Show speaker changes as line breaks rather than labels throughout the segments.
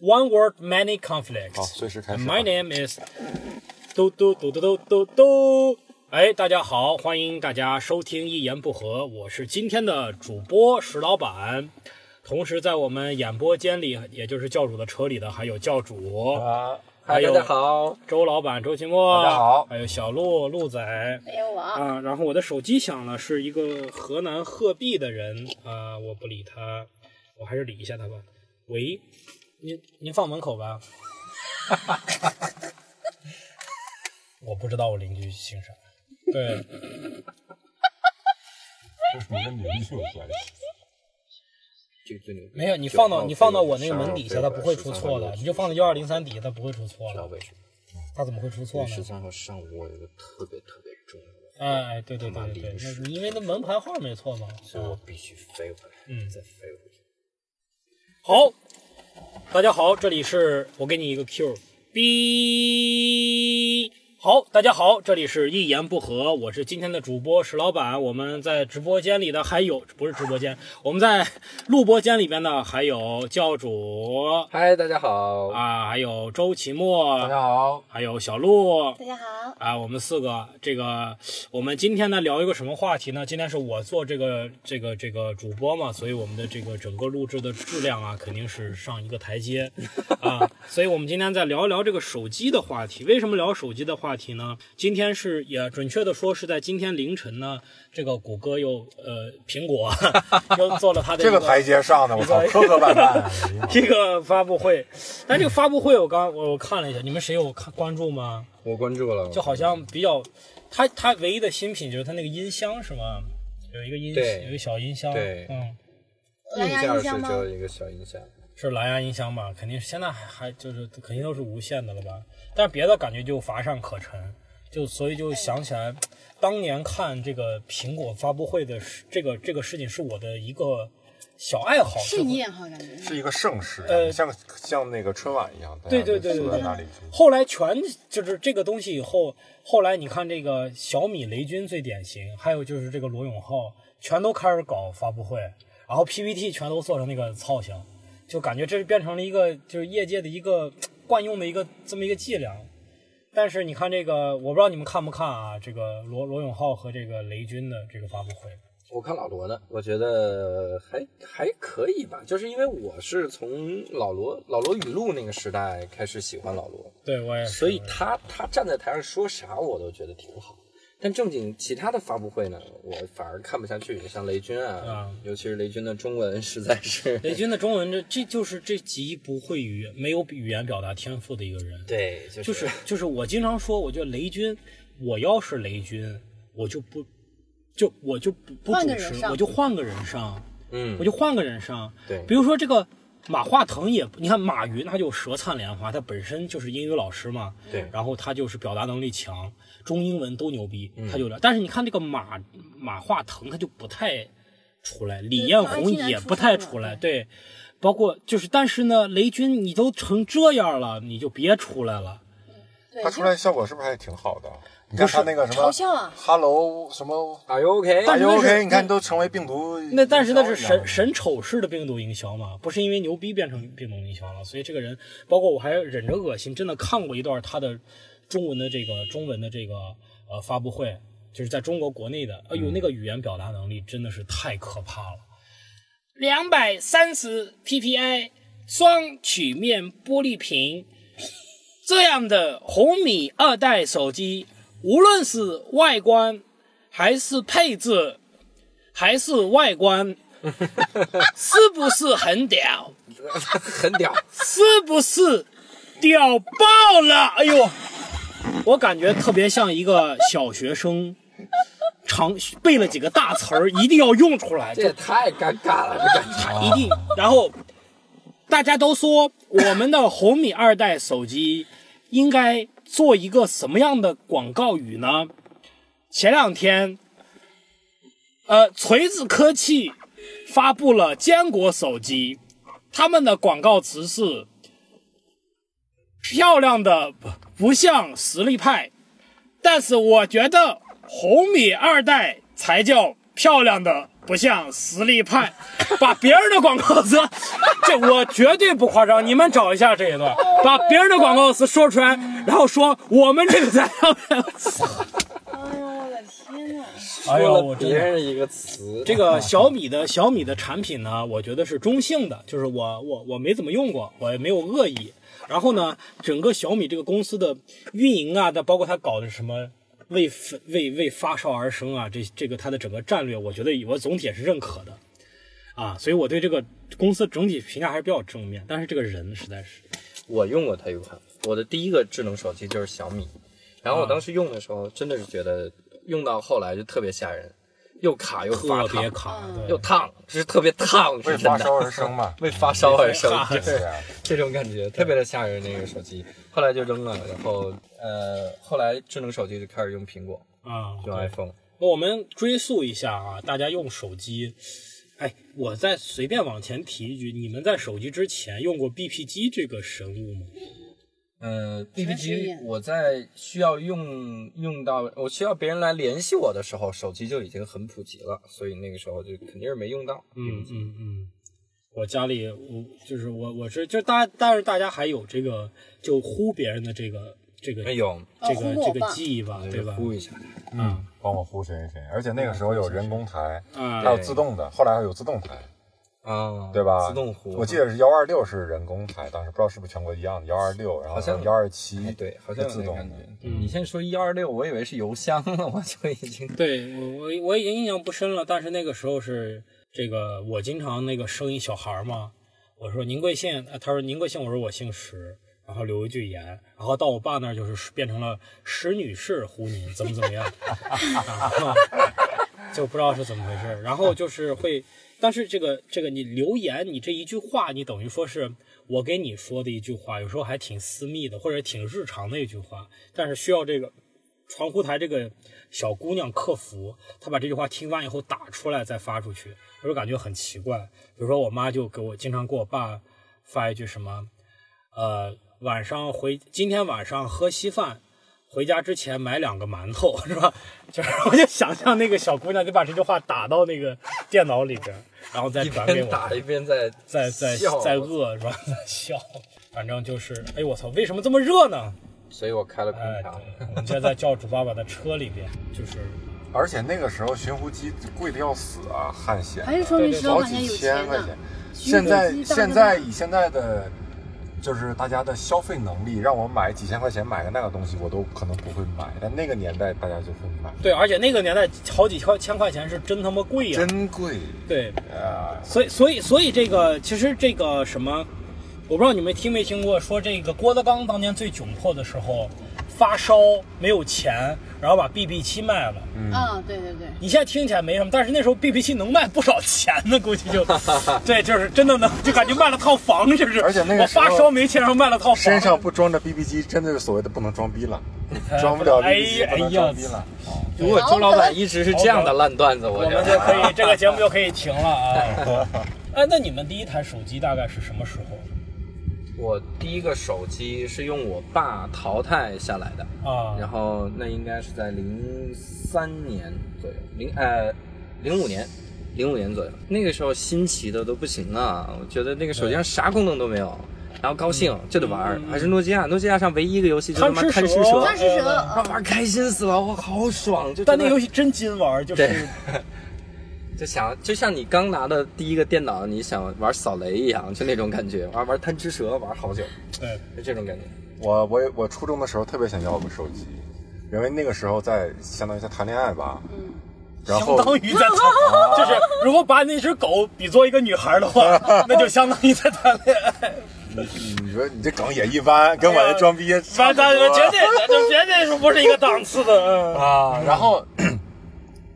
One word, many conflicts。
好，随时开始啊。
My name is 嘟嘟嘟嘟嘟嘟嘟。哎，大家好，欢迎大家收听《一言不合》，我是今天的主播石老板。同时，在我们演播间里，也就是教主的车里的，还有教主、
啊，
还
嗨，
有
大家好，
周老板周清墨，
大家好
还有小鹿鹿仔
还有哎我，
啊。然后我的手机响了，是一个河南鹤壁的人啊，我不理他，我还是理一下他吧。喂，您您放门口吧。 我不知道我邻居姓啥。对，
为什么跟邻居有关系？
这个最牛逼，
没有你放到你放到我那个门底下，它不会出错的。你就放到幺二零三底下，它不会出错
知道
的。
为什么？
它怎么会出错
因为
呢
十？三号上午我有一个特别特别重要的，
哎，对对
他妈
对对对，
临时
那你因为那门牌号没错嘛。
所以我必须飞回来，
啊嗯
再飞回去。
好，大家好，这里是我给你一个 Q，哔。好，大家好，这里是一言不合，我是今天的主播石老板。我们在直播间里的还有不是直播间，我们在录播间里边的还有教主
嗨，大家好，
啊，还有周奇
大
墨，
家好，
还有小鹿
大家好，
啊，我们四个，这个我们今天呢聊一个什么话题呢？今天是我做这个这个这个主播嘛，所以我们的这个整个录制的质量啊，肯定是上一个台 阶啊。所以我们今天再聊一聊这个手机的话题。为什么聊手机的话题呢？今天是也准确的说是在今天凌晨呢，这个谷歌又呃苹果 又做了它的
这个
一
台阶上的，我操，磕磕绊 绊啊。哎呀
这个发布会，但这个发布会我刚我我看了一下，你们谁有看关注吗？
我关注了，
就好像比较，它它唯一的新品就是它那个音箱是吗？有一个音
对
有一个小音箱，
对
嗯，
蓝
硬
牙
件
音
是
箱吗
只？有一个小音箱，
是蓝牙音箱吧？肯定是现在还还就是肯定都是无线的了吧？但是别的感觉就乏善可陈，就所以就想起来，当年看这个苹果发布会的事这个这个事情是我的一个小爱好，
是你眼好感觉。
是一个盛世，啊
呃
像像那个春晚一样，大家
对对对
都
对
坐在
对
那里去
后来全就是这个东西以后，后来你看这个小米雷军最典型，还有就是这个罗永浩，全都开始搞发布会，然后 PPT 全都做成那个造型，就感觉这变成了一个就是业界的一个惯用的一个这么一个伎俩。但是你看这个，我不知道你们看不看啊？这个罗罗永浩和这个雷军的这个发布会，
我看老罗呢，我觉得还还可以吧，就是因为我是从老罗老罗语录那个时代开始喜欢老罗，
对我也是
所以他他站在台上说啥我都觉得挺好。但正经其他的发布会呢，我反而看不下去，像雷军啊，
啊
尤其是雷军的中文 实在是
雷军的中文这这就是这极不会语没有语言表达天赋的一个人。
对，就是
就是就是我经常说，我觉得雷军，我要是雷军，我就不就我就不不
换
主
个人
持，
上
我就换个人上，
嗯
我，就换个人上。
对
比如说这个马化腾也，你看马云他就舌灿莲花，他本身就是英语老师嘛，
对
然后他就是表达能力强，中英文都牛逼，
嗯
他就了。但是你看这个马马化腾，他就不太出来，李彦宏也不太出来，
嗯
对，包括就是，但是呢，雷军你都成这样了，你就别出来了。
对，
他出来效果是不是还挺好的？你看他那个什么
嘲笑啊
“hello” 什么
Are you OK？
但是
“you
那
OK”，
是
你看都成为病毒。
那但嗯是那是
神
神神丑式的病毒营销嘛，不是因为牛逼变成病毒营销了，所以这个人，包括我还忍着恶心，真的看过一段他的中文的这个中文的这个呃发布会，就是在中国国内的，哎呦那个语言表达能力真的是太可怕了，两百三十 PPI 双曲面玻璃屏，这样的红米二代手机，无论是外观还是配置。还是外观，是不是很屌？
很屌，
是不是屌爆了？哎呦，我感觉特别像一个小学生，长背了几个大词儿，一定要用出来，
这
就
也太尴尬了，这感觉。
一定。然后大家都说我们的红米二代手机应该做一个什么样的广告语呢？前两天，呃，锤子科技发布了坚果手机，他们的广告词是“漂亮的不不像实力派”，但是我觉得红米二代才叫漂亮的不像实力派，把别人的广告词，这我绝对不夸张，你们找一下这一段，把别人的广告词说出来，然后说我们这个在上面。
哎呦我的天哪！
哎呦，
说
我
了
真
别
的。
人一个词，
这个小米的小米的产品呢，我觉得是中性的，就是我我我没怎么用过，我也没有恶意。然后呢，整个小米这个公司的运营啊，它包括它搞的什么为粉为为发烧而生啊，这这个它的整个战略，我觉得我总体也是认可的啊，所以我对这个公司整体评价还是比较正面。但是这个人实在是，
我用过它一款，我的第一个智能手机就是小米，然后我当时用的时候，真的是觉得用到后来就特别吓人，又卡又发
特别
烫，
卡，
又
对，
烫，是特别烫，
为
是
发
真
烧
的。。
而生嘛
为发烧而 生，
对啊呀、
这种感觉特别的吓人。那个手机后来就扔了，然后呃，后来智能手机就开始用苹果，
啊，对
用 iPhone。
那我们追溯一下啊，大家用手机，哎，我再随便往前提一句，你们在手机之前用过 BP 机这个神物吗？
嗯
么
，BB
实
机
验，
我在需要用用到我需要别人来联系我的时候，手机就已经很普及了，所以那个时候就肯定是没用到。
嗯嗯嗯，我家里我就是我我是就大但是大家还有这个就呼别人的这个这个
没哎有，
这
哦呼
个
过
这
我
个
爸
记忆吧，对吧？
哎呼一下。
嗯
帮我呼谁谁谁，而且那个时候有人工台，
嗯
啊
还有自动的，后来还有自动台，
啊，
对吧？
自动呼，
我记得是幺二六是人工台，当时不知道是不是全国一样的，幺二六，然后
好像
幺二七，
哎对，好像有
自
那个
动
感
的
觉。
嗯
你现在说一二六，我以为是邮箱了，我就已经
对我我我已经印象不深了，但是那个时候是这个我经常那个生一小孩儿嘛，我说您贵姓？呃他说您贵姓？我说我姓石，然后留一句言，然后到我爸那儿就是变成了石女士呼您怎么怎么样， 就不知道是怎么回事儿。然后就是会，但是这个这个你留言，你这一句话，你等于说是我给你说的一句话，有时候还挺私密的，或者挺日常的一句话，但是需要这个传呼台这个小姑娘客服，她把这句话听完以后打出来再发出去，我就感觉很奇怪。比如说我妈就给我经常给我爸发一句什么，呃，晚上回今天晚上喝稀饭。回家之前买两个馒头，是吧？ 就是我就想象那个小姑娘就把这句话打到那个电脑里边，然后再
一
转给
边
我。
打一边在
在在
笑
在饿是吧？ 在笑，反正就是，哎我操，为什么这么热呢？
所以我开了空
哎，
调。
对，我们现在在教主爸爸的车里边，就是
而且那个时候寻呼机贵的要死啊，汉显
还是说明
对对
石老
好
板家
几
有
千块
呢
钱。。
寻
现在
呼机大
现
哥
在以现在的，就是大家的消费能力，让我买几千块钱买个那个东西，我都可能不会买。但那个年代大家就会买，
对，而且那个年代好几块千块钱是真哎他妈贵呀、
真贵
对，
啊！
所以所以所以这个其实这个什么，我不知道你们听没听过，说这个郭德纲当年最窘迫的时候，发烧没有钱，然后把 BB 机卖了。
啊，对对对，
嗯
你现在听起来没什么，但是那时候 BB 机能卖不少钱呢，估计 就，对，就是真的能，就感觉卖了套房，就是。
而且那个
我
时候
发烧没钱，然后卖了套房。
身上不装着 BB 机，真的是所谓的不能装逼了，装不了
哎
BB 机不能装逼了。
如果周老板一直是这样的烂段子，
我
我
们就可以这个节目就可以停了 啊。哎，那你们第一台手机大概是什么时候
我第一个手机是用我爸淘汰下来的，
啊？
然后那应该是在零三年左右，零呃零五年，零五年左右。那个时候新奇的都不行啊，我觉得那个手机上啥功能都没有，然后高兴就得玩儿，还是诺基亚，诺基亚上唯一一个游戏就他妈
嗯贪
贪
吃
吃
蛇
蛇，
贪吃蛇
呃
啊玩儿开心死了，我好爽！就
但那个游
戏
戏真金玩 儿，就是
对， 就想就像你刚拿的第一个电脑，你想玩扫雷一样，就那种感觉，玩玩贪吃蛇玩好久，
对，
就这种感觉。
我我也我初中的时候特别想要个手机，因为那个时候在相当于在谈恋爱吧，嗯，然
相
后
当于在谈， 就是如果把那只狗比作一个女孩的话，那就相当于在谈恋爱。
你说你这梗也一般，跟我这装逼也差
咱
不多
咱绝对，这绝对是不是一个档次的。嗯
啊。然后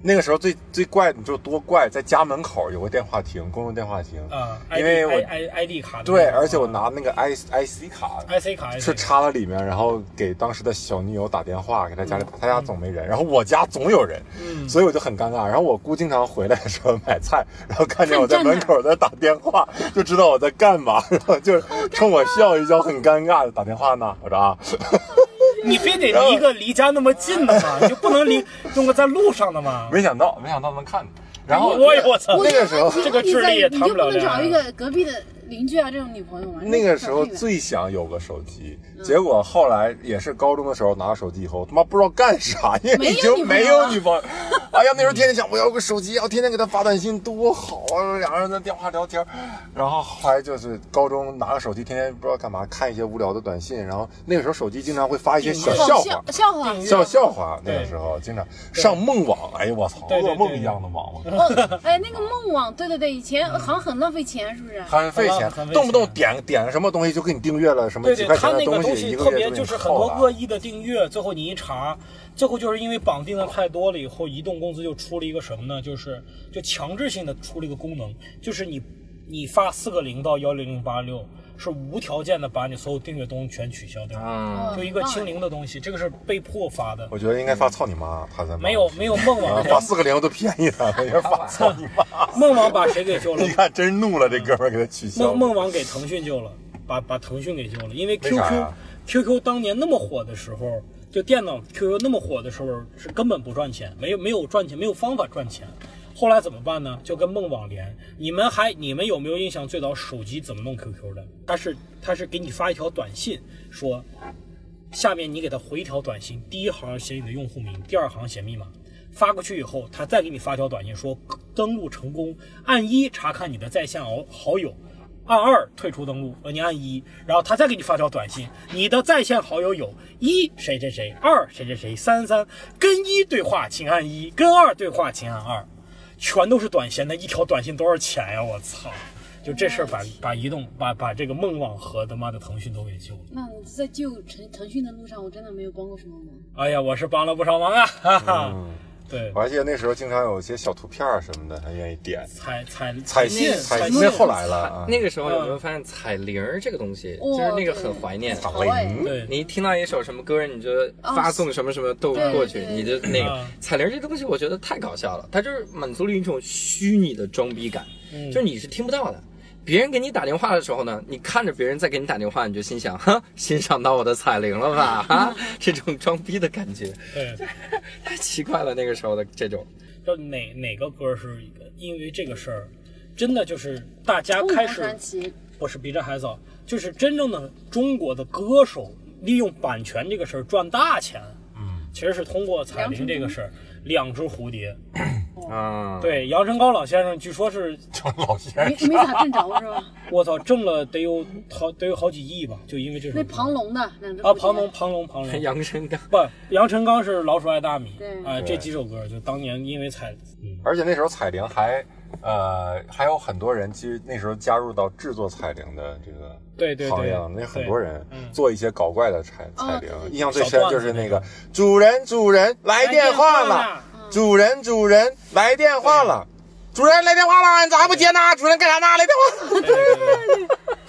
那个时候最最怪，你就多怪，在家门口有个电话亭，公用电话亭
啊，
因为我
I I D 卡的啊
对，而且我拿那个 I I C 卡
I C 卡
是
IC 卡
插到里面，然后给当时的小女友打电话，给她家里，她家总没人，然后我家总有人，
嗯
所以我就很尴尬。然后我姑经常回来的时候买菜，然后看见我在门口在打电话，就知道我在干嘛，然后就冲我笑一笑，很尴尬的打电话呢。我说啊，
你非得 离一个离家那么近的吗？你就不能离用个在路上的吗？
没想到，没想到能看。然后
哎我我操
那个时候
这个
你
智力也
在你
谈不
就不
了
能
恋爱
找一个隔壁的邻居啊这种女朋友吗？
那个时候
小妹妹
最想有个手机，结果后来也是高中的时候拿到手机以后，他妈不知道干啥，因为已经没有女朋友。哎呀，那时候天天想我要个手机，要天天给他发短信，多好啊！两个人在电话聊天，然后后来就是高中拿个手机，天天不知道干嘛，看一些无聊的短信。然后那个时候手机经常会发一些小
好
笑话
笑。笑话，
小笑话，那个时候经常上梦网，哎呦我操，
对对
噩梦
对
一样的网，我操
哦，哎，那个梦网，对对对，以前好像很浪费钱，是不是？
很费钱
很浪费，
动不动
钱
点点个什么东西就给你订阅了什么
对
几
对，
块
他
钱的
那个
东一
西
个
特
月
别
就给
就
你
是很
扣
多
了
恶意的订阅，最后你一查，最后就是因为绑定的太多了，以后移动公司就出了一个什么呢？就是就强制性的出了一个功能，就是你你发四个零到幺零零八六是无条件的把你所有订阅东西全取消掉，
啊
嗯，
哦
就一个清零的东西，这个是被迫发的，
我觉得应该发操你妈，他在
没有没有梦
啊
网，
发四个零都便宜他，应该发操你妈！
梦网把 谁给救了
你？看真怒了，这哥们儿给他取消
梦梦网给腾讯救了，把把腾讯给救了，因为
为啥
QQ
呀
QQ 当年那么火的时候，就电脑 QQ 那么火的时候是根本不赚钱，没有没有赚钱，没有方法赚钱。后来怎么办呢？就跟梦网连。你们还你们有没有印象最早手机怎么弄 QQ 的？它是它是给你发一条短信说，下面你给他回一条短信，第一行写你的用户名，第二行写密码。发过去以后，他再给你发条短信说登录成功，按一查看你的在线好好友，按二退出登录，呃，你按一，然后他再给你发条短信，你的在线好友有一谁谁谁，二谁谁谁，三三，跟一对话请按一，跟二对话请按二，全都是短信，那一条短信多少钱呀、我操！就这事儿把把移动把把这个梦网和他妈的腾讯都给救了。
那你在救腾腾讯的路上，我真的没有帮过什么忙。
哎呀，我是帮了不少忙啊，哈哈。
嗯
对
我，还记得那时候经常有一些小图片儿什么的，还愿意点
彩彩
彩信，
那个
彩
彩
信
信
后来了啊，
那个时候有没有发现彩铃儿这个东西，
哇
就是那个很怀
嗯
念。
好哎，
对
你一听到一首什么歌，你就发送什么什么都
哦对
过去，
对
你就那个
啊
彩铃儿这东西，我觉得太搞笑了，它就是满足了一种虚拟的装逼感，
嗯
就是你是听不到的。别人给你打电话的时候呢，你看着别人在给你打电话，你就心想， 哈，欣赏到我的彩铃了吧？ 哈，这种装逼的感觉
对，
太奇怪了。那个时候的这种，
就哪哪个歌是因为这个事儿，真的就是大家
凤
开
凰
始
传奇，
不是比这还早，就是真正的中国的歌手利用版权这个事儿赚大钱。嗯，其实是通过彩铃这个事儿，
嗯
两只蝴蝶。
啊，，
对，杨成高老先生据说是
就是老先
没没咋挣着是吧？
我操挣了得有好得有好几亿吧，就因为这首歌。
那庞龙的两只
啊，
蝴蝶
庞龙，庞龙，庞龙。
杨晨刚
不，杨臣刚是《老鼠爱大米》
对
哎，
对
这几首歌就当年因为彩， 嗯，
而且那时候彩铃还，呃，还有很多人其实那时候加入到制作彩铃的这个
对对对
行业了，那很多人
嗯
做一些搞怪的彩彩
哦
铃
对对，对
印象最
小
深
段子
就是
那
那个主人主人来电话
来电话
了
了，
嗯
主人主人来电话了。主人来电话了，你咋还不接呢？主人干啥呢？来电 话。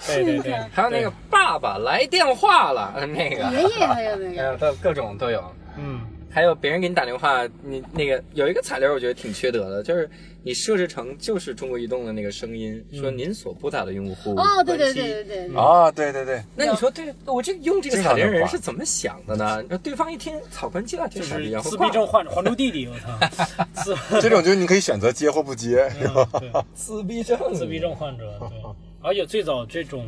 对对对，
还有那个爸爸来电话了，那个
爷爷还有那
还
个，
有各各种都有。
嗯，
还有别人给你打电话，你那个有一个彩铃，我觉得挺缺德的，就是你设置成就是中国移动的那个声音，
嗯
说您所拨打的用户
哦，对
关
对
机
对对对对，
啊，对对对，
那你说对我这用这个
经常
彩铃
能
人
挂
是怎么想的呢？你说对方一听草关机了，这
就
傻逼
是
然后
自
挂
闭症
了，
患者，《还珠弟弟》，我 操，自
这种就是你可以选择接或不接，是吧？
对
自闭症，
自闭症患者，对，而且最早这种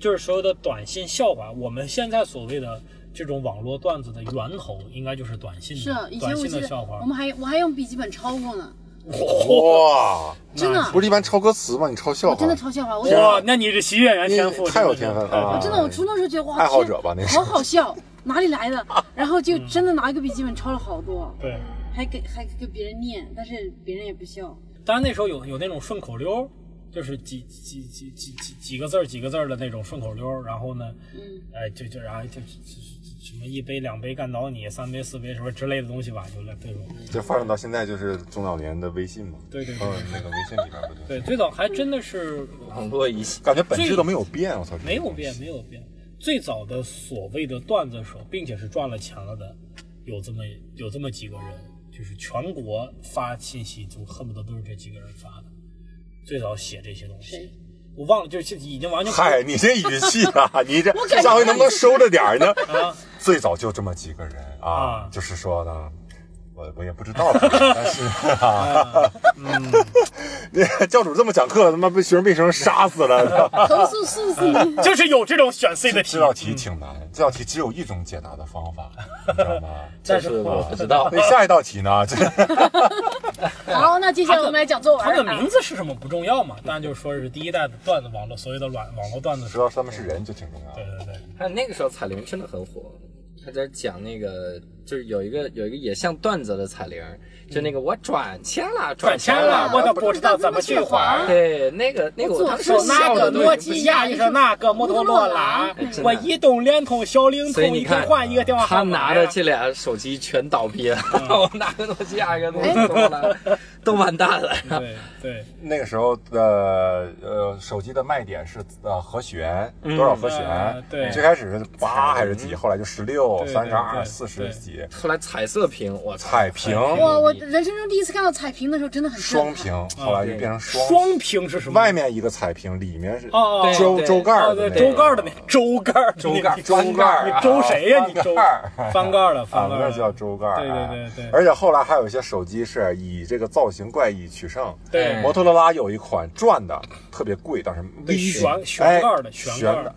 就是所有的短信笑话，我们现在所谓的这种网络段子的源头，应该就是短信
是啊
的，
以前
短
我
信
记
的
得
笑
我
话，
们还我还用笔记本抄过呢，
哇，
真的，
不是一般抄歌词吗？你抄笑
我
话，
真的抄笑话，我
哇，那你这喜剧演员天赋
你太有
真的是
天分了啊
我真的，我初中时候觉得哇，
爱好者
天
吧那是
好好笑，哪里来的？然后就真的拿一个笔记本抄了好多，
对。
还给还给别人念，但是别人也不笑。
当然那时候有有那种顺口溜儿，就是几几几几几几个字儿几个字儿的那种顺口溜儿，然后呢，
嗯，
哎，就就然后就就就什么一杯两杯干倒你，三杯四杯什么之类的东西吧，就来对吧？
嗯
就发展到现在就是中老年的微信嘛，
对对对
嗯，那个微信里边不就
对，最早还真的是
网络一系
感觉本质都没有变，我操，
没有变，没有变。最早的所谓的段子手，并且是赚了钱了的，有这么有这么几个人，就是全国发信息就恨不得都是这几个人发的。最早写这些东
谁
西，我忘了，就是已经完全
嗨，你这语气 啊，你这
感觉
下回能不能收着点儿呢？
啊。
最早就这么几个人啊
啊，
就是说呢，我我也不知道了，但是 啊，嗯， 教主这么讲课，他妈被学生被学生杀死了。
投诉是不是你？
就是有这种选 C 的题
这，道题挺难，这道题只有一种解答的方法，你 知道吗？
但
这
是
是
我
我不知道。
那下一道题呢？这
好，那接下来我们来讲作文
它
啊。
的名字是什么不重要嘛，但就是说是第一代的段子，网络所有的网网络段子
知
是，
道他们是人就挺重要
对
的。
对对，
但那个时候彩铃真的很火，他在讲那个，就是有一个有一个也像段子的彩铃，就那个我转签了，
嗯转
签
签了，
我
我
都
都
不
不
知
知
道
道
怎
怎
么
么
去
去
还
还。
对，那个那个我当时
我
说
总
那
笑
个
的都
诺
已经不
基
行
亚，一说那个摩托罗拉
哎真，的
我移动、联通、小灵
所以
通，
你
一天
看
换一个电话
他
号
拿
码
着
呀。嗯
这俩手机全倒闭了， 我拿个诺基亚，一个诺基亚都完蛋了。
哎对对，
那个时候的呃手机的卖点是呃和弦多少和
呃
弦？
对
最开始是八还是几？后来就十六、
对对
三十二、
对
四十
对
几，
后来彩色屏，我操，
彩屏
哇，我人生中第一次看到彩屏的时候，真的很震撼
双。屏，后来就变成双
啊双屏是什么？
外面一个彩屏，里面是
哦哦
周
对
周盖儿
哦，
的
对，
那
周
个
盖儿的那周盖儿的那，
周盖儿
周盖儿啊，
你周谁呀？你周
翻盖儿
翻盖儿了，
啊
翻，盖
那
儿了
叫周盖儿。
对对
哎
对对
而且后来还有一些手机是以这个造型怪异取胜。
嗯
对
摩托罗拉有一款转的特别贵，当时
对
一
旋旋
哎
盖儿的
旋
旋盖儿
的。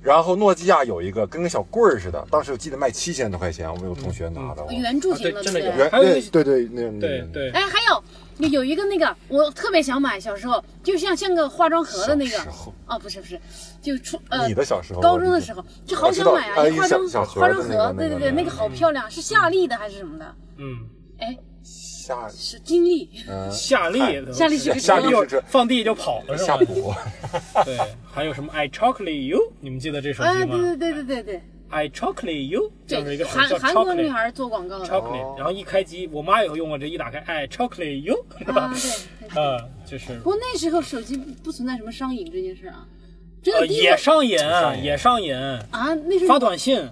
然后诺基亚有一个跟个小棍儿似的，当时我记得卖七千多块钱，我们有同学拿到过。
原著型的
啊对
对
真的
不
有
对？
原
嗯还有那
对对对，那
对
那
对，
哎，还有有一个那个，我特别想买，小时候就像像个化妆盒的那个
小时候。
哦，不是不是，就初呃
你的小时候
高中的时候就好想买啊，
我
一
知道
化妆
哎小小
化妆
小学的
盒，
那
对
个那个嗯
对对，
那
那
个
个好漂亮，是夏利的还是什么的？
嗯，
哎，
夏
是金利，
嗯
夏利，
夏利是个
夏
什
利
么？
就
夏利是
放地就跑了是
夏
吧？
普，
对，还有什么 I chocolate you？你们记得这首
哎，
歌
对
吗
对对对对对。
？I chocolate you 就是一
对，
个
韩
叫
韩国女
chocolate
孩做广告的，
chocolate，然后一开机，我妈也会用过这一打开 I chocolate you，是吧
啊，对。
呃，就是
不过那时候手机不存在什么上瘾这件事儿啊，真
呃
的第一
也
个
上瘾，
瘾
也上瘾，
啊，那时候
发短信，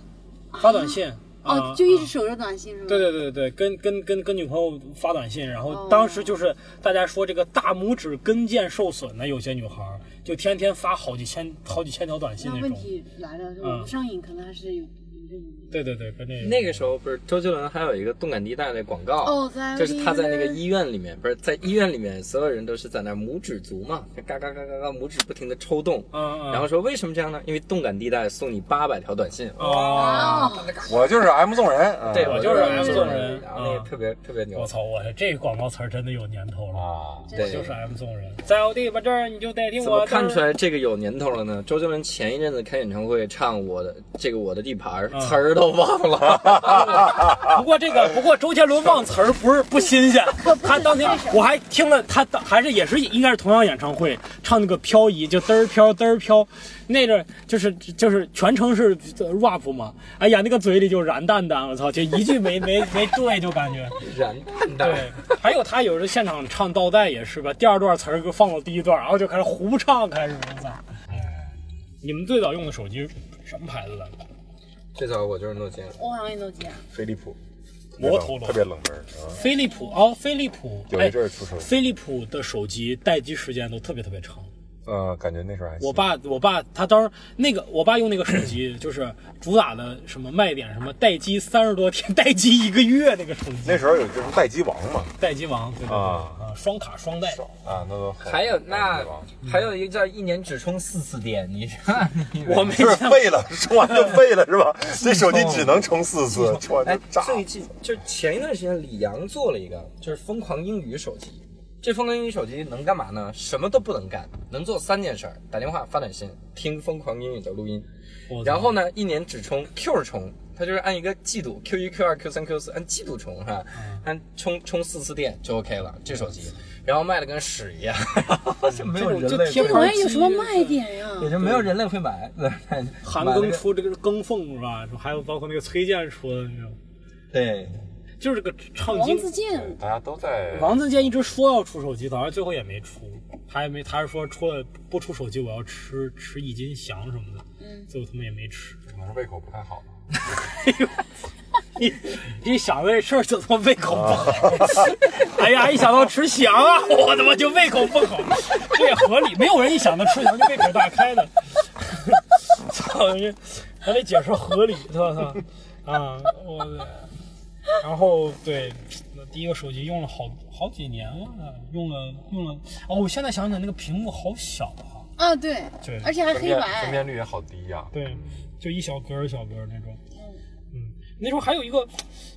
发短信。
哦
啊，
就一直守着短信是吗？
对对对对，跟跟跟跟女朋友发短信，然
哦
后当时就是大家说这个大拇指跟腱受损的有些女孩儿，就天天发好几千好几千条短信
那
那
问
种。
题来了，我
嗯
不上瘾可能还是有有这种。
对对对，跟那
那个时候不是周杰伦还有一个动感地带的广告，
哦在
就是他在那个医院里面，不是在医院里面，所有人都是在那儿拇指足嘛，嘎嘎嘎嘎嘎，拇指不停的抽动，
嗯嗯
然后说为什么这样呢？因为动感地带送你八百条短信，
哦，
哦，
我就是 M 纵人，嗯
对
我
就
就
是
是
M
M
纵
纵人
然后那个
嗯
特别特别牛
我，操，我这个广告词儿真的有年头了，
啊，
真
对
就是 M 纵人，在我地方这儿你就得听
怎
我
么
的。
看出来这个有年头了呢？周杰伦前一阵子开演唱会唱我的这个我的地盘儿，词儿都忘了，
不过这个，不过周杰伦忘词儿不是不新鲜。他当天我还听了他当，还是也是应该是同样演唱会，唱那个漂移就嘚儿飘嘚儿飘，那阵儿就是就是全程是 rap 嘛。哎呀，那个嘴里就燃蛋蛋，我操，就一句没没没对，就感觉。
燃蛋蛋
对。，还有他有时候现场唱倒带也是吧，第二段词儿给放到第一段，然后就开始胡唱，开始我操。你们最早用的手机是什么牌子的？
最早我就是诺基亚，
我好像也诺啊基亚。
飞利浦，
摩托罗拉
特别冷门儿。嗯
飞利浦哦，飞利浦，
有一阵儿出手
哎飞利浦的手机待机时间都特别特别长。
呃，感觉那时候还行
我爸，我爸他当时那个，我爸用那个手机，就是主打的什么卖点，什么待机三十多天，待机一个月那个手机，
那时候有就是待机王嘛，
待机王，对对对，
啊
啊，双卡双待，
啊，那都好
还有那
待 机王
还有一个叫一年只充四次电，你看 你
我没
就是
见过。
废了，充完就废了是吧？这手机只能充四次，充完
哎
就炸，。
最近就前一段时间，李阳做了一个就是疯狂英语手机。这疯狂英语手机能干嘛呢？什么都不能干，能做三件事儿：打电话、发短信、听疯狂英语的录音。
我操
然后呢，一年只充 Q 充，它就是按一个季度 Q 一、Q 二、Q 三、Q 四按季度充哈，按充充四次电就 OK 了。这手机，然后卖的跟屎 一样，就没有人
这种就
类
贴
这
不
会
上
玩
买，
意儿有什么卖点呀？
也就没有人类会买。对
韩
买那
庚
个
出这个庚凤是吧？还有包括那个崔健出的那种，
对，
就是这个唱
王
经。
自健，
大家都在
王自健一直说要出手机，好像最后也没出，他也没，他是说出了不出手机，我要吃吃一斤翔什么的，
嗯，
最后他们也没 吃。
可能是胃口不太好。
一一想这事儿就他妈胃口不好， 哎呀，一想到吃翔啊， 我他妈就胃口不好，这也合理，没有人一想到吃翔就胃口大开的， 操，这他这解释合理，我操啊，我。然后对，那第一个手机用了好好几年了，用了用了。哦，我现在想想那个屏幕好小啊，
啊，对，
对
而且还
分
黑
辨分
白，
辨率也好低呀、
对，就一小格一小格那种。嗯，那时候还有一个，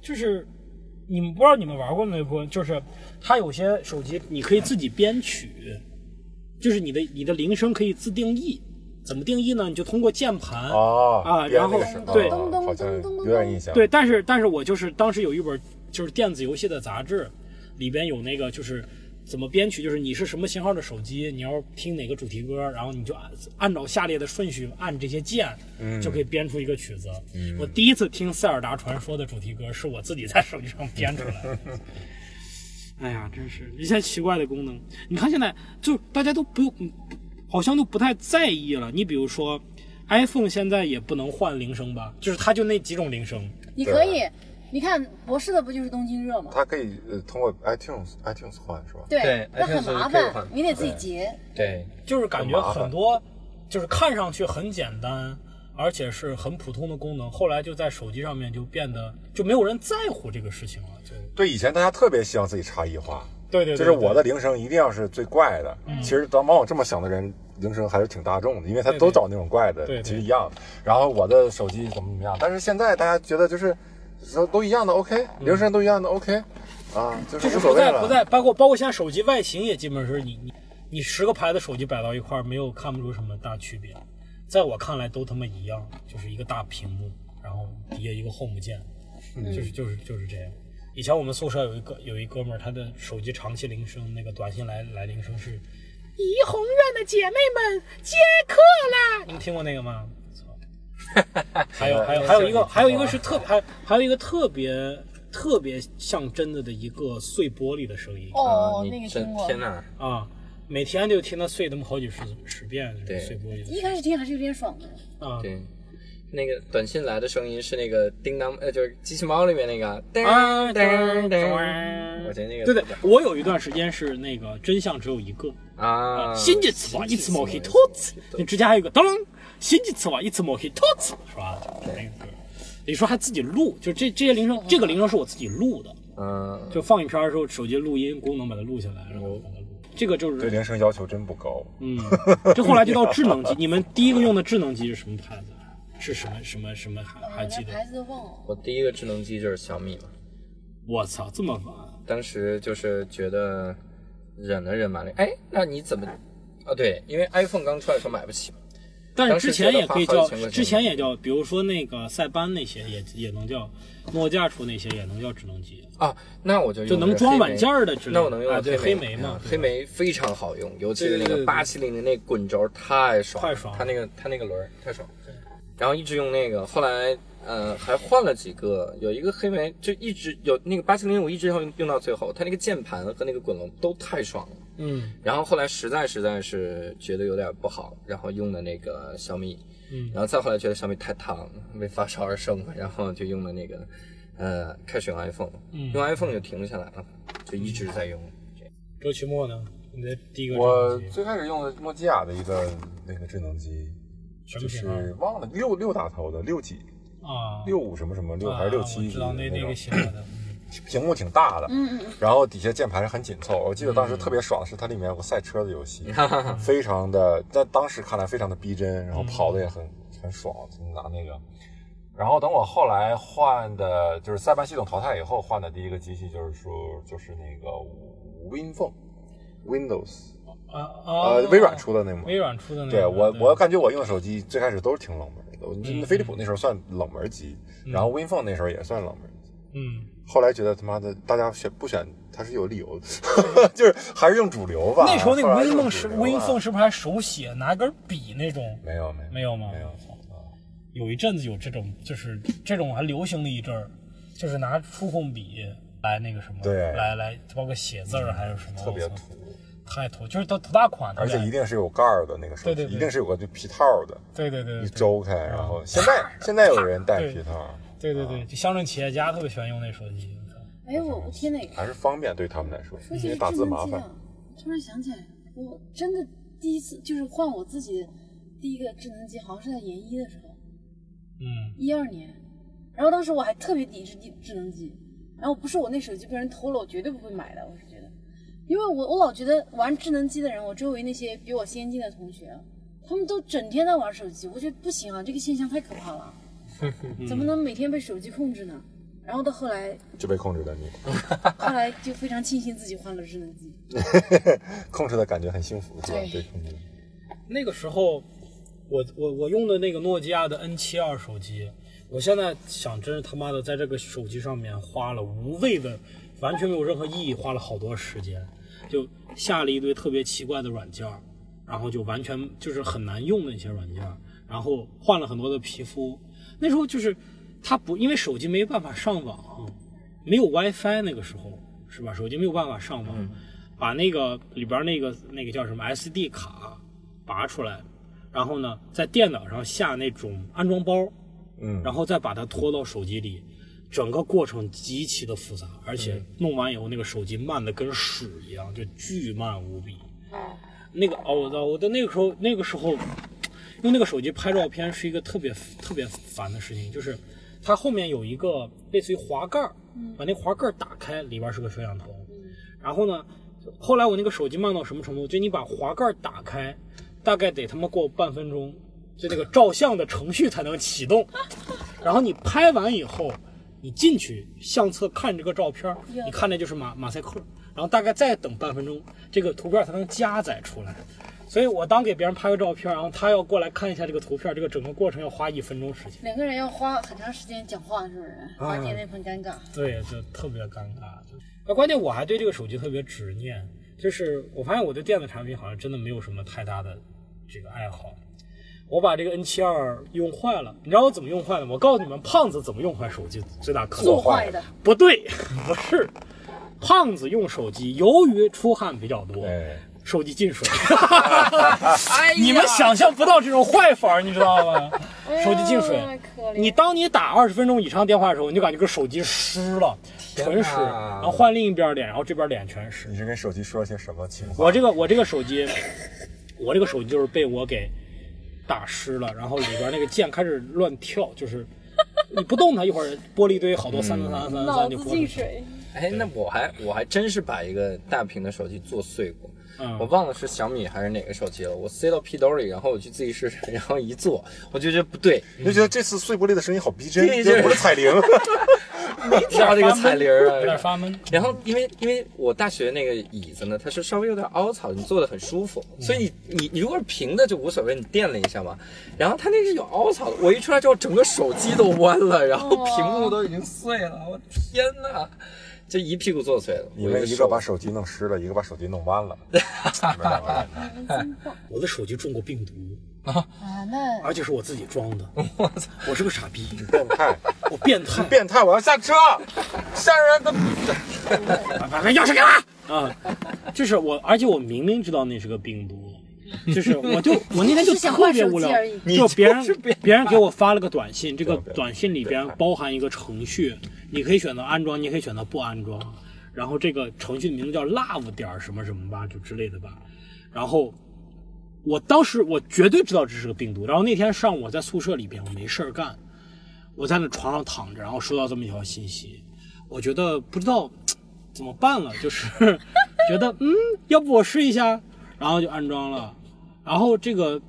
就是你们不知道你们玩过没不？就是它有些手机你可以自己编曲，就是你的你的铃声可以自定义。怎么定义呢？你就通过键盘
哦
啊，
变
然后
那个是
对
哦好像有点印象。
对，但是但是我就是当时有一本就是电子游戏的杂志，里边有那个就是怎么编曲，就是你是什么型号的手机，你要听哪个主题歌，然后你就按按照下列的顺序按这些键，就可以编出一个曲子。我第一次听《塞尔达传说》的主题歌是我自己在手机上编出来的。哎呀，真是一些奇怪的功能。你看现在就大家都不用，嗯不好像都不太在意了。你比如说，iPhone 现在也不能换铃声吧？就是它就那几种铃声。
你可以，你看博士的不就是东京热吗？
它可以呃通过 iTunes iTunes 换是吧？
对
那很
iTunes
麻
可以
烦
换，
你得自己截。
对，
就是感觉很多，就是看上去很简单，而且是很普通的功能，后来就在手机上面就变得就没有人在乎这个事情了。就
对，以前大家特别希望自己差异化，
对对对，嗯
就是我的铃声一定要是最怪的。其实当往往这么想的人，铃声还是挺大众的，因为他
对对
都找那种怪的，
对对
其实一样的。然后我的手机怎么怎么样，但是现在大家觉得就是说都一样的，OK，铃声都一样的，OK，啊，就是
就是嗯
无所
不
谓
在
了。
不在，包括包括现在手机外形也基本是你你你十个牌子手机摆到一块儿，没有看不出什么大区别。在我看来都他妈一样，就是一个大屏幕，然后底下一个 home 键，就是就是就是这样。以前我们宿舍有一个有一哥们儿，他的手机长期铃声，那个短信来来铃声是怡红院的姐妹们接客啦！你们听过那个吗？还有还有还有一个还有一个是特还还有一个特别特别像真的的一个碎玻璃的声音
哦，
啊
那
你
个
这
听过。
天哪，
啊，每天就听它碎那么好几十十遍，就是
对
碎玻璃的
一开始听还是有点爽的，
啊。
对。那个短信来的声音是那个叮当，呃，就是机器猫里面那个噔
啊
噔噔，
我
我觉得那个
对对，我有一段时间是那个真相只有一个
啊，
新一次は一つも一つ，你之前还有一个当啷，新一次は啊一つも一つ，是吧？就是那个歌，你说还自己录，就这这些铃声，这个铃声是我自己录的，
嗯，
就放一片儿的时候，手机录音功能把它录下来，然后把它录。这个就是
哦对铃声要求真不高，
嗯，这后来就到智能机。你们第一个用的智能机是什么牌子？啊是什么什么什么还还
我
记
连
得？
牌子都忘了。
我第一个智能机就是小米嘛，
我操，这么晚！
当时就是觉得忍了忍嘛，哎，那你怎么？啊，对，因为 iPhone 刚出来的时候买不起嘛，
但是
当
之
时
前
觉得
也可以
花好
叫
几千块，钱
之前也叫，比如说那个塞班那些也也能叫，诺基亚出那些也能叫智能机。
啊，那我就
就
用
能
的
装
黑
软
莓
件儿的之类的
那我能用
啊对
黑
黑莓嘛
啊
对
黑莓非常好用，尤其是那
对对对
个八七零的那滚轴太爽了，
太爽了
它那个它那个轮儿太爽了。然后一直用那个，后来呃还换了几个，有一个黑莓就一直有那个八七零，我一直要用用到最后，它那个键盘和那个滚轮都太爽了。
嗯
然后后来实在实在是觉得有点不好，然后用的那个小米，
嗯
然后再后来觉得小米太烫了，为发烧而生，然后就用了那个，呃，开始用 iPhone，、
嗯
用 iPhone 就停不下来了，就一直在用。
周奇墨呢？你的第一个智
我
能机
最开始用的诺基亚的一个那个智能机，
什
就
么型号
是忘了六六打头的六几
啊？
六五什么什么六
啊
还是六七
我知道那那
种
个型号的。
屏幕挺大的，
嗯嗯
然后底下键盘是很紧凑。我记得当时特别
嗯
爽的是它里面有个赛车的 游戏，
哈哈哈，
非常的在当时看来非常的逼真，然后跑
嗯
的也很很爽，就拿那个。然后等我后来换的，就是塞班系统淘汰以后换的第一个机器，就是说就是那个 Win Phone，Windows，
啊啊！
呃，微软出的那个。
微软出的那个。
对我，
嗯
我感觉我用的手机最开始都是挺冷门的。我那飞利浦那时候算冷门机，然后 WinPhone 那时候也算冷门机。
嗯，
后来觉得他妈的，大家选不选它是有理由的， 就是还是用主流吧。
那时候那个
后来
Win
用
Phone 是
主流吧
Win Phone 是不是还手写拿根笔那种？
没有没有
没有吗哦
没有啊
有一阵子有这种，就是这种还流行了一阵儿，就是拿触控笔来那个什么，
对嗯
来来包括写字儿还是什么，
特别
我操
土，
太土，就是都图大款，
而且一
哦对
定是有盖儿的那个手
对
机，
对对
一定是有个就皮套的，
对对对
一
对啊
周开，然后现 在现在有人戴皮套，
对对
啊
对，就乡镇企业家特别喜欢用那手机，我操
哎，我我天哪！
还是方便对他们来说，
说
因
起
为
这
打字
智
麻
能机
烦
啊。，突然想起来，我真的第一次就是换我自己第一个智能机，好像是在研一的时候，
嗯
一二年。然后当时我还特别抵制智智能机，然后不是我那手机被人偷了，我绝对不会买的。我是觉得，因为我我老觉得玩智能机的人，我周围那些比我先进的同学，他们都整天在玩手机，我觉得不行啊，这个现象太可怕了，怎么能每天被手机控制呢？然后到后来，
就被控制了你，
后来就非常庆幸自己换了智能机。
控制的感觉很幸福，是吧？
对
被控制了。
那个时候，我我我用的那个诺基亚的 N 7 2手机，我现在想，真是他妈的在这个手机上面花了无谓的，完全没有任何意义，花了好多时间，就下了一堆特别奇怪的软件儿，然后就完全就是很难用的一些软件儿，然后换了很多的皮肤。那时候就是它不因为手机没办法上网，没有 WiFi 那个时候是吧？手机没有办法上网，把那个里边儿那个那个叫什么 SD 卡拔出来，然后呢在电脑上下那种安装包，
嗯，
然后再把它拖到手机里，整个过程极其的复杂，而且弄完以后那个手机慢的跟屎一样，就巨慢无比。那个哦，我操！我的那个时候，那个时候用那个手机拍照片是一个特别特别烦的事情，就是它后面有一个类似于滑盖儿，把那滑盖儿打开，里边是个摄像头。然后呢，后来我那个手机慢到什么程度？就你把滑盖儿打开，大概得他妈过半分钟，就那个照相的程序才能启动。然后你拍完以后，你进去相册看这个照片儿，
呀
你看的就是马马赛克，然后大概再等半分钟，这个图片才能加载出来。所以我当给别人拍个照片，然后他要过来看一下这个图片，这个整个过程要花一分钟时间。
两个人要花很长时间讲话，是不
啊
是？缓解那份尴尬。
对，就特别尴尬。那关键我还对这个手机特别执念，就是我发现我对电子产品好像真的没有什么太大的这个爱好。我把这个 N 7 2用坏了，你知道我怎么用坏的吗？我告诉你们，胖子怎么用坏手机最大可能
做坏的，
不对，不是，胖子用手机，由于出汗比较多，
哎，
手机进 水。
哎
你们想象不到这种坏法儿，你知道吗？手机进水
哎呀可怜
你当你打二十分钟以上电话的时候，你就感觉跟手机湿了，
哪
纯湿，然后换另一边脸，然后这边脸全湿。
你是跟手机说了些什么情况？
我这个我这个手机，我这个手机就是被我给打湿了，然后里边那个键开始乱跳，就是你不动它，一会儿玻璃堆好多三三三三
脑
三就
子
过去
进
了。
水，
哎，那我还我还真是把一个大屏的手机做碎过，
嗯
我忘了是小米还是哪个手机了，我塞到屁兜里，然后我去自己试试，然后一坐，我就觉得不对，
你就觉得这次碎玻璃的声音好逼真，
对
这不是彩铃，
知道这个彩铃儿
有点
啊。
发闷。
然后因为因为我大学那个椅子呢，它是稍微有点凹槽，你坐的很舒服，
嗯
所以你你你如果是平的就无所谓，你垫了一下嘛。然后它那个是有凹槽的，我一出来之后，整个手机都弯了，然后屏幕都已经碎了，我天哪！这一屁股坐碎了，
你
我
们
一
一
手
个把手机弄湿了，一个把手机弄弯了，你们两个人
你们真棒
我的手机中过病毒，
啊！那
而且是我自己装 的。我是个傻逼，
变态，
我变态。
变态！我要下车，吓人的。
把把把钥匙给他啊！就是我，而且我明明知道那是个病毒，就是我就我那天就
只是想
特
换
别
手
无
机
聊
而已，
你
就别人
就是变态
别人给我发了个短信，这个
对
短信里边包含一个程序，你可以选择安装，你可以选择不安装，然后这个程序名字叫 love 点儿什么什么吧，就之类的吧，然后。我当时我绝对知道这是个病毒，然后那天上午我在宿舍里边，我没事儿干，我在那床上躺着，然后收到这么一条信息，我觉得不知道怎么办了，就是 觉得嗯，要不我试一下，然后就安装了。然后这个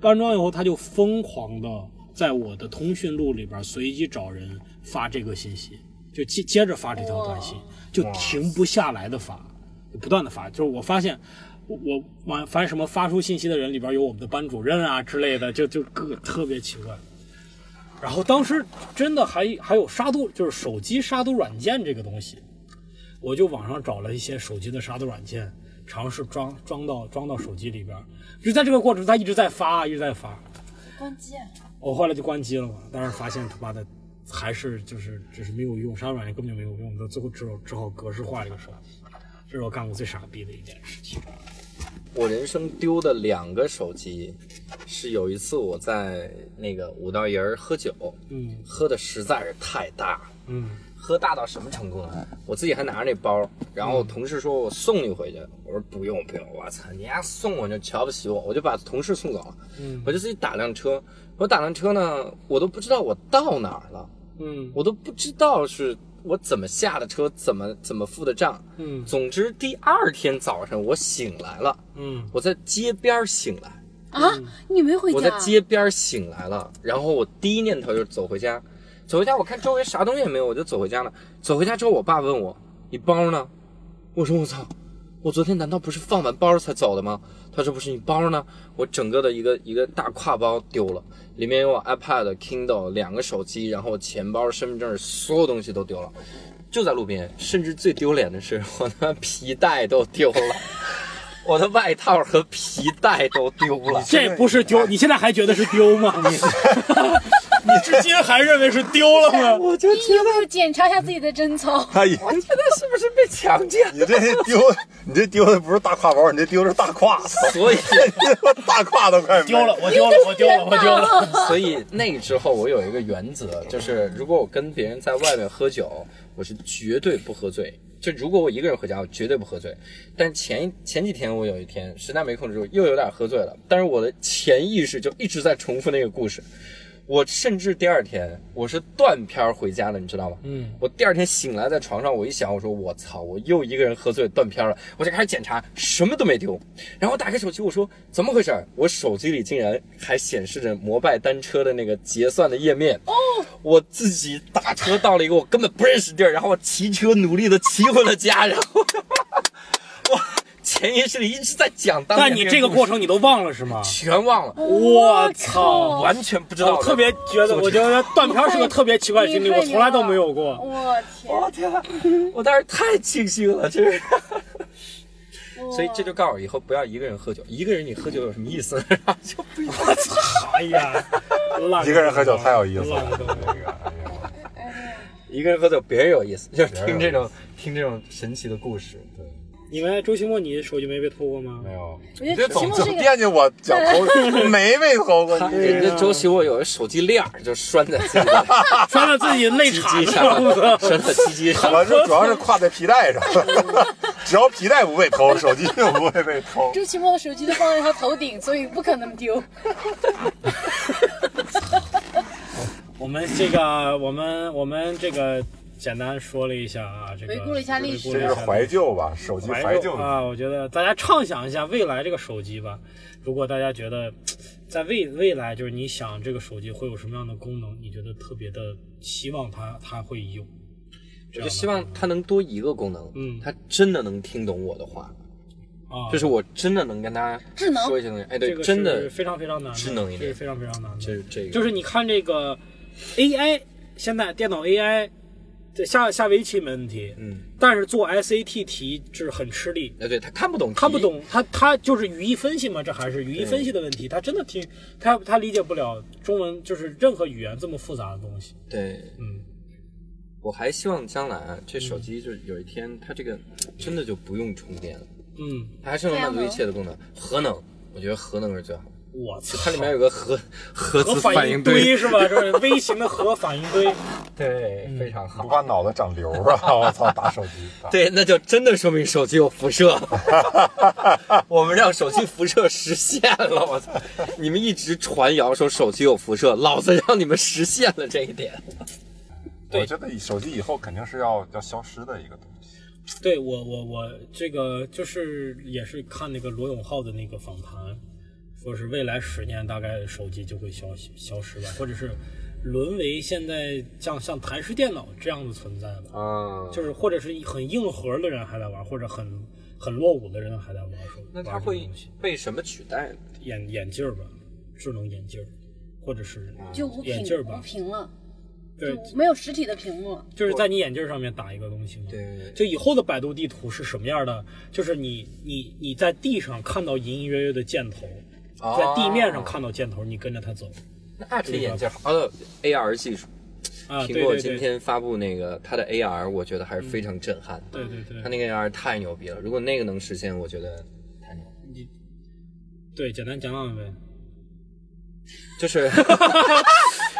安装以后，他就疯狂的在我的通讯录里边随机找人发这个信息，就接接着发这条短信，就停不下来的发，就不断的发。就是我发现。我我完凡什么发出信息的人里边有我们的班主任啊之类的，就就各特别奇怪。然后当时真的还还有杀毒，就是手机杀毒软件这个东西，我就网上找了一些手机的杀毒软件，尝试装装到装到手机里边儿。就在这个过程中，它一直在发，一直在发。
关机啊！
我后来就关机了嘛，但是发现他妈的还是就是只是没有用，杀毒软件根本就没有用，到最后只有只好格式化这个手机。这是我干过最傻逼的一件事情。
我人生丢的两个手机，是有一次我在那个五道营儿喝酒，
嗯
喝的实在是太大了，
嗯
喝大到什么程度呢？我自己还拿着那包，然后同事说我送你回去，我说不用不用，我操，你丫送我你就瞧不起我，我就把同事送走了，
嗯
我就自己打辆车，我打辆车呢，我都不知道我到哪儿了，
嗯
我都不知道是我怎么下的车，怎么怎么付的账。
嗯
总之，第二天早上我醒来了，
嗯
我在街边儿醒来，
啊，你没回家？
我在街边儿醒来了，然后我第一念头就是走回家，走回家我看周围啥东西也没有，我就走回家了。走回家之后，我爸问我你包呢？我说我操，我昨天难道不是放完包才走的吗？他说不是，你包呢？我整个的一个一个大挎包丢了，里面有我 iPad、Kindle 两个手机，然后我钱包、身份证，所有东西都丢了。就在路边，甚至最丢脸的是，我他妈皮带都丢 了，我的外套和皮带都丢了。
这不是丢，你现在还觉得是丢吗？ 你你至今还认为是丢了吗？
我就
你有没有检查一下自己的 贞操？
他以
我觉得是不是被强奸？
你这丢，你这丢的不是大挎包，你这丢的是大胯，
所以，
大胯都快没
丢了，我丢了，我丢了，我丢了。
所以那个之后我有一个原则，就是如果我跟别人在外面喝酒，我是绝对不喝醉。就如果我一个人回家，我绝对不喝醉。但前一前几天我有一天实在没控制住，又有点喝醉了，但是我的潜意识就一直在重复那个故事。我甚至第二天我是断片儿回家的，你知道吗？
嗯，
我第二天醒来在床上，我一想，我说我操，我又一个人喝醉断片了，我就开始检查，什么都没丢。然后我打开手机，我说怎么回事？我手机里竟然还显示着摩拜单车的那个结算的页面。哦，我自己打车到了一个我根本不认识地儿，然后我骑车努力的骑回了家，然后我 潜意识里一直在讲当年
但你这个
故事
过程你都忘了是吗？
全忘
哦
了，
我操
我
完全不知
我
道的。
哦特别觉得，我觉得断片儿是个特别奇怪的经历，我从来都没有过。
我天！
我天啊，我当时太庆幸了，真是。 所以这就告诉我以后不要一个人喝酒，一个人你喝酒有什么意思？ 就不要
哎呀，烂
一个人喝酒太有意思
烂
了
梗。
这个哎呀
一个人喝酒，别人有意思，就是听这种听这种神奇的故事。对，
你们周奇墨，你手机没被偷过吗？
没有，
我觉
这
得题
总
目
总
是一个
惦记我脚头，没被偷过。你
人家周奇墨有个手机链儿就拴在自己的
穿到自己肋
鸡
叉
鸡
上
上，
了。
拴在鸡鸡上。
我这主要是挎在皮带上， 只要皮带不被偷，手机就不会被 偷。
周奇墨的手机都放在他头顶，所以不可能丢。
我们这个，我们我们这个简单说了一下啊，这个
回顾了一下历
回
这
史
顾了
就
一
是
下
怀旧吧，手机怀旧。
啊，我觉得大家畅想一下未来这个手机吧。如果大家觉得在未未来，就是你想这个手机会有什么样的功能，你觉得特别的希望它它会有，
我就希望它能多一个功能，
嗯
它真的能听懂我的话，
啊，
就是我真的能跟它
智能
说一些东西。哎，
这
对，
个
真
是
的，
非常非常难的，
智能一
这
点
是非常非常难的。
这是这个，
就是你看这个 AI，现在电脑 AI 这下下围棋没问题，
嗯，
但是做 SAT 题是很吃力。
哎，对，他看不懂，
他不，懂，他他就是语义分析嘛，这还是语义分析的问题。他真的听他他理解不了中文，就是任何语言这么复杂的东西。
对，
嗯，
我还希望将来啊，这手机就是有一天它这个真的就不用充电了，
嗯，
它还是能满足一切的功能。核能，我觉得核能是最好的，
我操，
它里面有个核核
核
子
反
应
堆，是吧？就是微型的核反应堆。
对，
嗯
非常
不
好。
怕脑子长瘤啊！ 我操，打手机。打
对，那就真的说明手机有辐射， 我们让手机辐射实现了。我操！你们一直传谣说手机有辐射，老子让你们实现了这一点。
我觉得手机以后肯定是要要消失的一个东西。
对我我我这个就是也是看那个罗永浩的那个访谈，说是未来十年大概手机就会消息消失吧，或者是沦为现在像像台式电脑这样的存在吧，
嗯，
就是或者是很硬核的人还在玩，或者很很落伍的人还在玩手机。
那它
玩这个
会
东西
被什么取代呢？
眼眼镜儿吧，智能眼镜儿，或者是
就无
眼
屏
镜儿
无
吧，
屏了，
对，
嗯就没有实体的屏幕了。
就是在你眼镜儿上面打一个东西嘛。
对，
就以后的百度地图是什么样的？就是你你你在地上看到隐隐约约的箭头，
啊
在地面上看到箭头，你跟着它走
哦那 AR 眼镜，好的 AR 技术，
啊！对
苹果
对
今
对，
天发布那个它的 AR，我觉得还是非常震撼的。
对对
它
对，
那个 AR 太牛逼了，如果那个能实现，我觉得太牛。
对，简单讲讲呗。
就是，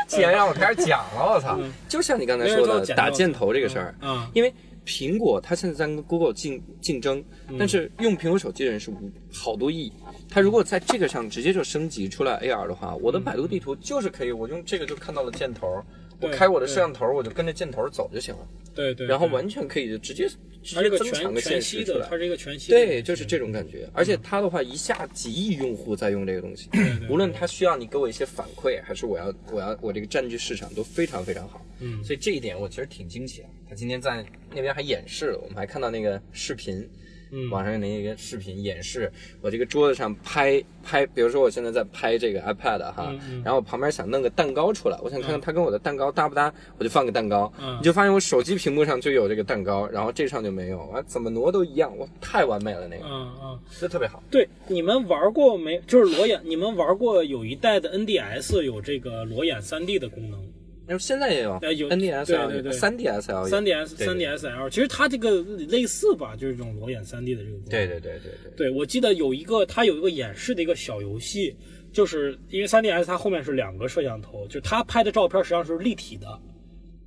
既然让我开始讲了，我操，就像你刚才说
嗯没事
的
就剪掉
打箭头这个事儿，
嗯嗯
因为苹果它现在在跟 Google 竞竞争，
嗯
但是用苹果手机的人是无好多亿，它如果在这个上直接就升级出来 AR 的话，我
嗯
的百度地图就是可以，我用这个就看到了箭头，我
对
开我的
对
摄像头，我就跟着箭头走就行了。
对对，
然后
对
完全可以直接直
它是一
接
个
增强
全
个
全
现
息
实出
的，
来
它。是一个嗯全息的。
对，就是这种感觉。而且它的话，一下几亿用户在用这个东西，
对
无论它需要你给我一些反馈，还是我要我要我这个占据市场，都非常非常好。
嗯
所以这一点我其实挺惊奇的。他今天在那边还演示了，我们还看到那个视频，
嗯
网上有那个视频演示，我这个桌子上拍拍，比如说我现在在拍这个 iPad 哈，
嗯嗯
然后我旁边想弄个蛋糕出来，我想看看它跟我的蛋糕搭不搭，我就放个蛋糕，
嗯
你就发现我手机屏幕上就有这个蛋糕，然后这上就没有，啊，怎么挪都一样，哇，太完美了那个，
嗯嗯，
这特别好。
对，你们玩过没？就是裸眼，你们玩过有一代的 NDS 有这个裸眼 3D 的功能。
然后现在也有
哎有
NDS
对对对
L、三啊 DS L、
3DS、
对
3DS L，其实它这个类似吧，就是这种裸眼 3D 的这个功能。
对对对对对，
对，我记得有一个，它有一个演示的一个小游戏，就是因为 3DS 它后面是两个摄像头，就它拍的照片实际上是立体的，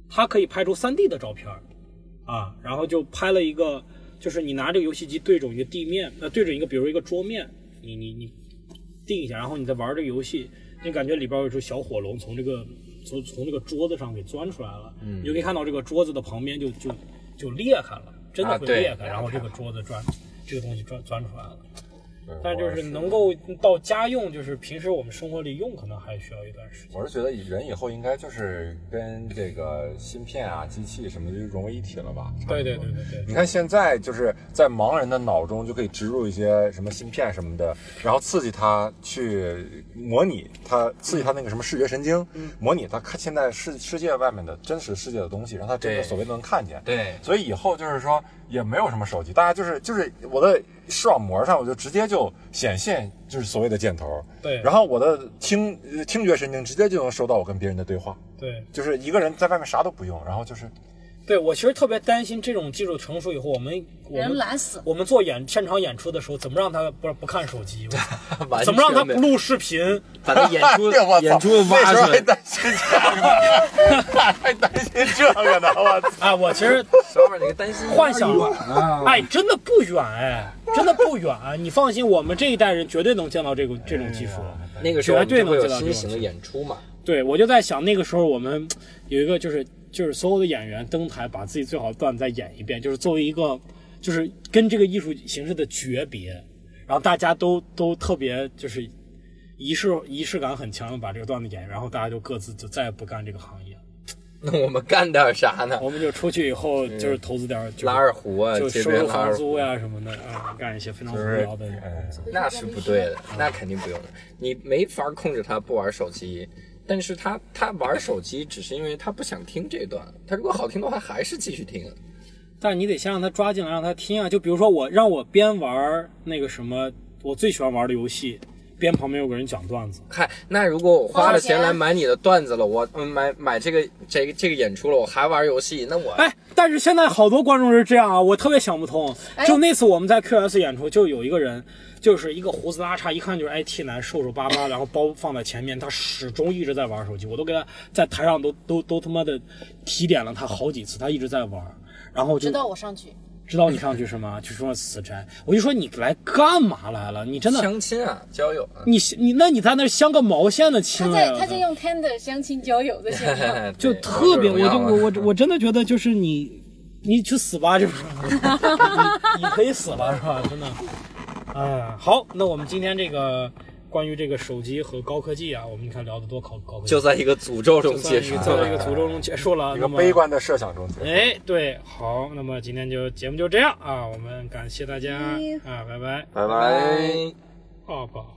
它可以拍出 3D 的照片儿啊，然后就拍了一个，就是你拿这个游戏机对准一个地面，呃，对准一个比如一个桌面，你你你定一下，然后你再玩这个游戏，你感觉里边有一只小火龙从这个从从这个桌子上给钻出来了，嗯，你就可以看到这个桌子的旁边就就就裂开了，真的
啊
会
对
裂开，
然
然后
后
这
看
个桌子钻这个东西钻钻出来了。
对
但就
我
是能够到家用，就是平时我们生活里用，可能还需要一段时间。
我是觉得人以后应该就是跟这个芯片啊、机器什么的就融为一体了吧？差不多
对对对对对
你看现在就是在盲人的脑中就可以植入一些什么芯片什么的，然后刺激他去模拟他刺激他那个什么视觉神经，
嗯
模拟他看现在世世界外面的真实世界的东西，让他真的
对
所谓的能看见。
对
所以以后就是说也没有什么手机，大家就是就是我的视网膜上我就直接就显现就是所谓的箭头，
对
然后我的听呃听觉神经直接就能收到我跟别人的对话，
对
就是一个人在外面啥都不用，然后就是
对，我其实特别担心这种技术成熟以后，我们我
人
们
懒死。
我们做演现场演出的时候，怎么让他不不看手机？
完
怎么让他
全没
不录视频？
把他演 出
对，哎我操，
演出
那
挖
时候还
出来？
担心这个，还担心这个呢，我操！
哎，我其实
小伙儿，你个担心
幻想
了啊！
哎，真的不远哎，真的不远。你放心，我们这一代人绝对能见到这个这种技术。
那个时候
绝对
就会
能
有
知道这
新型的
种
演出嘛，
对，我就在想那个时候我们有一个就是就是所有的演员登台，把自己最好的段子再演一遍，就是作为一个就是跟这个艺术形式的诀别，然后大家都都特别就是仪式仪式感很强的把这个段子演完，然后大家就各自就再也不干这个行业了，
那我们干点啥呢？
我们就出去以后就是投资点儿就是
嗯拉二胡啊，
就
街
收
边
收
拉
房
二胡，
租呀、什么的啊、干一些非常无聊的工作。
那是不对的，那肯定不用的。你没法控制他不玩手机，但是他他玩手机只是因为他不想听这段，他如果好听的话还是继续听。
但是你得先让他抓进来，让他听啊。就比如说我让我边玩儿那个什么我最喜欢玩的游戏，边旁边有个人讲段子，
嗨，那如果我花了钱
花了钱
来买你的段子了，我嗯买买这个这个这个演出了，我还玩游戏，那我
哎，但是现在好多观众是这样啊，我特别想不通。就那次我们在 QS 演出，就有一个人，就是一个胡子拉碴，一看就是 IT 男，瘦瘦巴巴，然后包放在前面，他始终一直在玩手机，我都给他在台上都都都他妈的提点了他好几次，他一直在玩。然后就
直到我上去，
知道你上去是吗？就说死宅，我就说你来干嘛来了？你真的
相亲啊，交友啊，
你你那你在那儿镶个毛线的亲
他
来
在
了
他在用 Tinder 相亲交友的现象，
就
对
特别，我
王者
就
荣耀啊
我我我真的觉得就是你，你去死吧，就是 你你可以死吧，是吧？真的，哎，好，那我们今天这个关于这个手机和高科技啊，我们你看聊得多高高科技，
就在一个诅咒中
就
结
算一
束
个在
了
一。个诅咒中结束了，
一
那
个
么
悲。观的设想中间。
哎，对，好，那么今天就
嗯
节目就这样啊，我们感谢大家啊，拜拜，
拜
拜拜。
抱抱。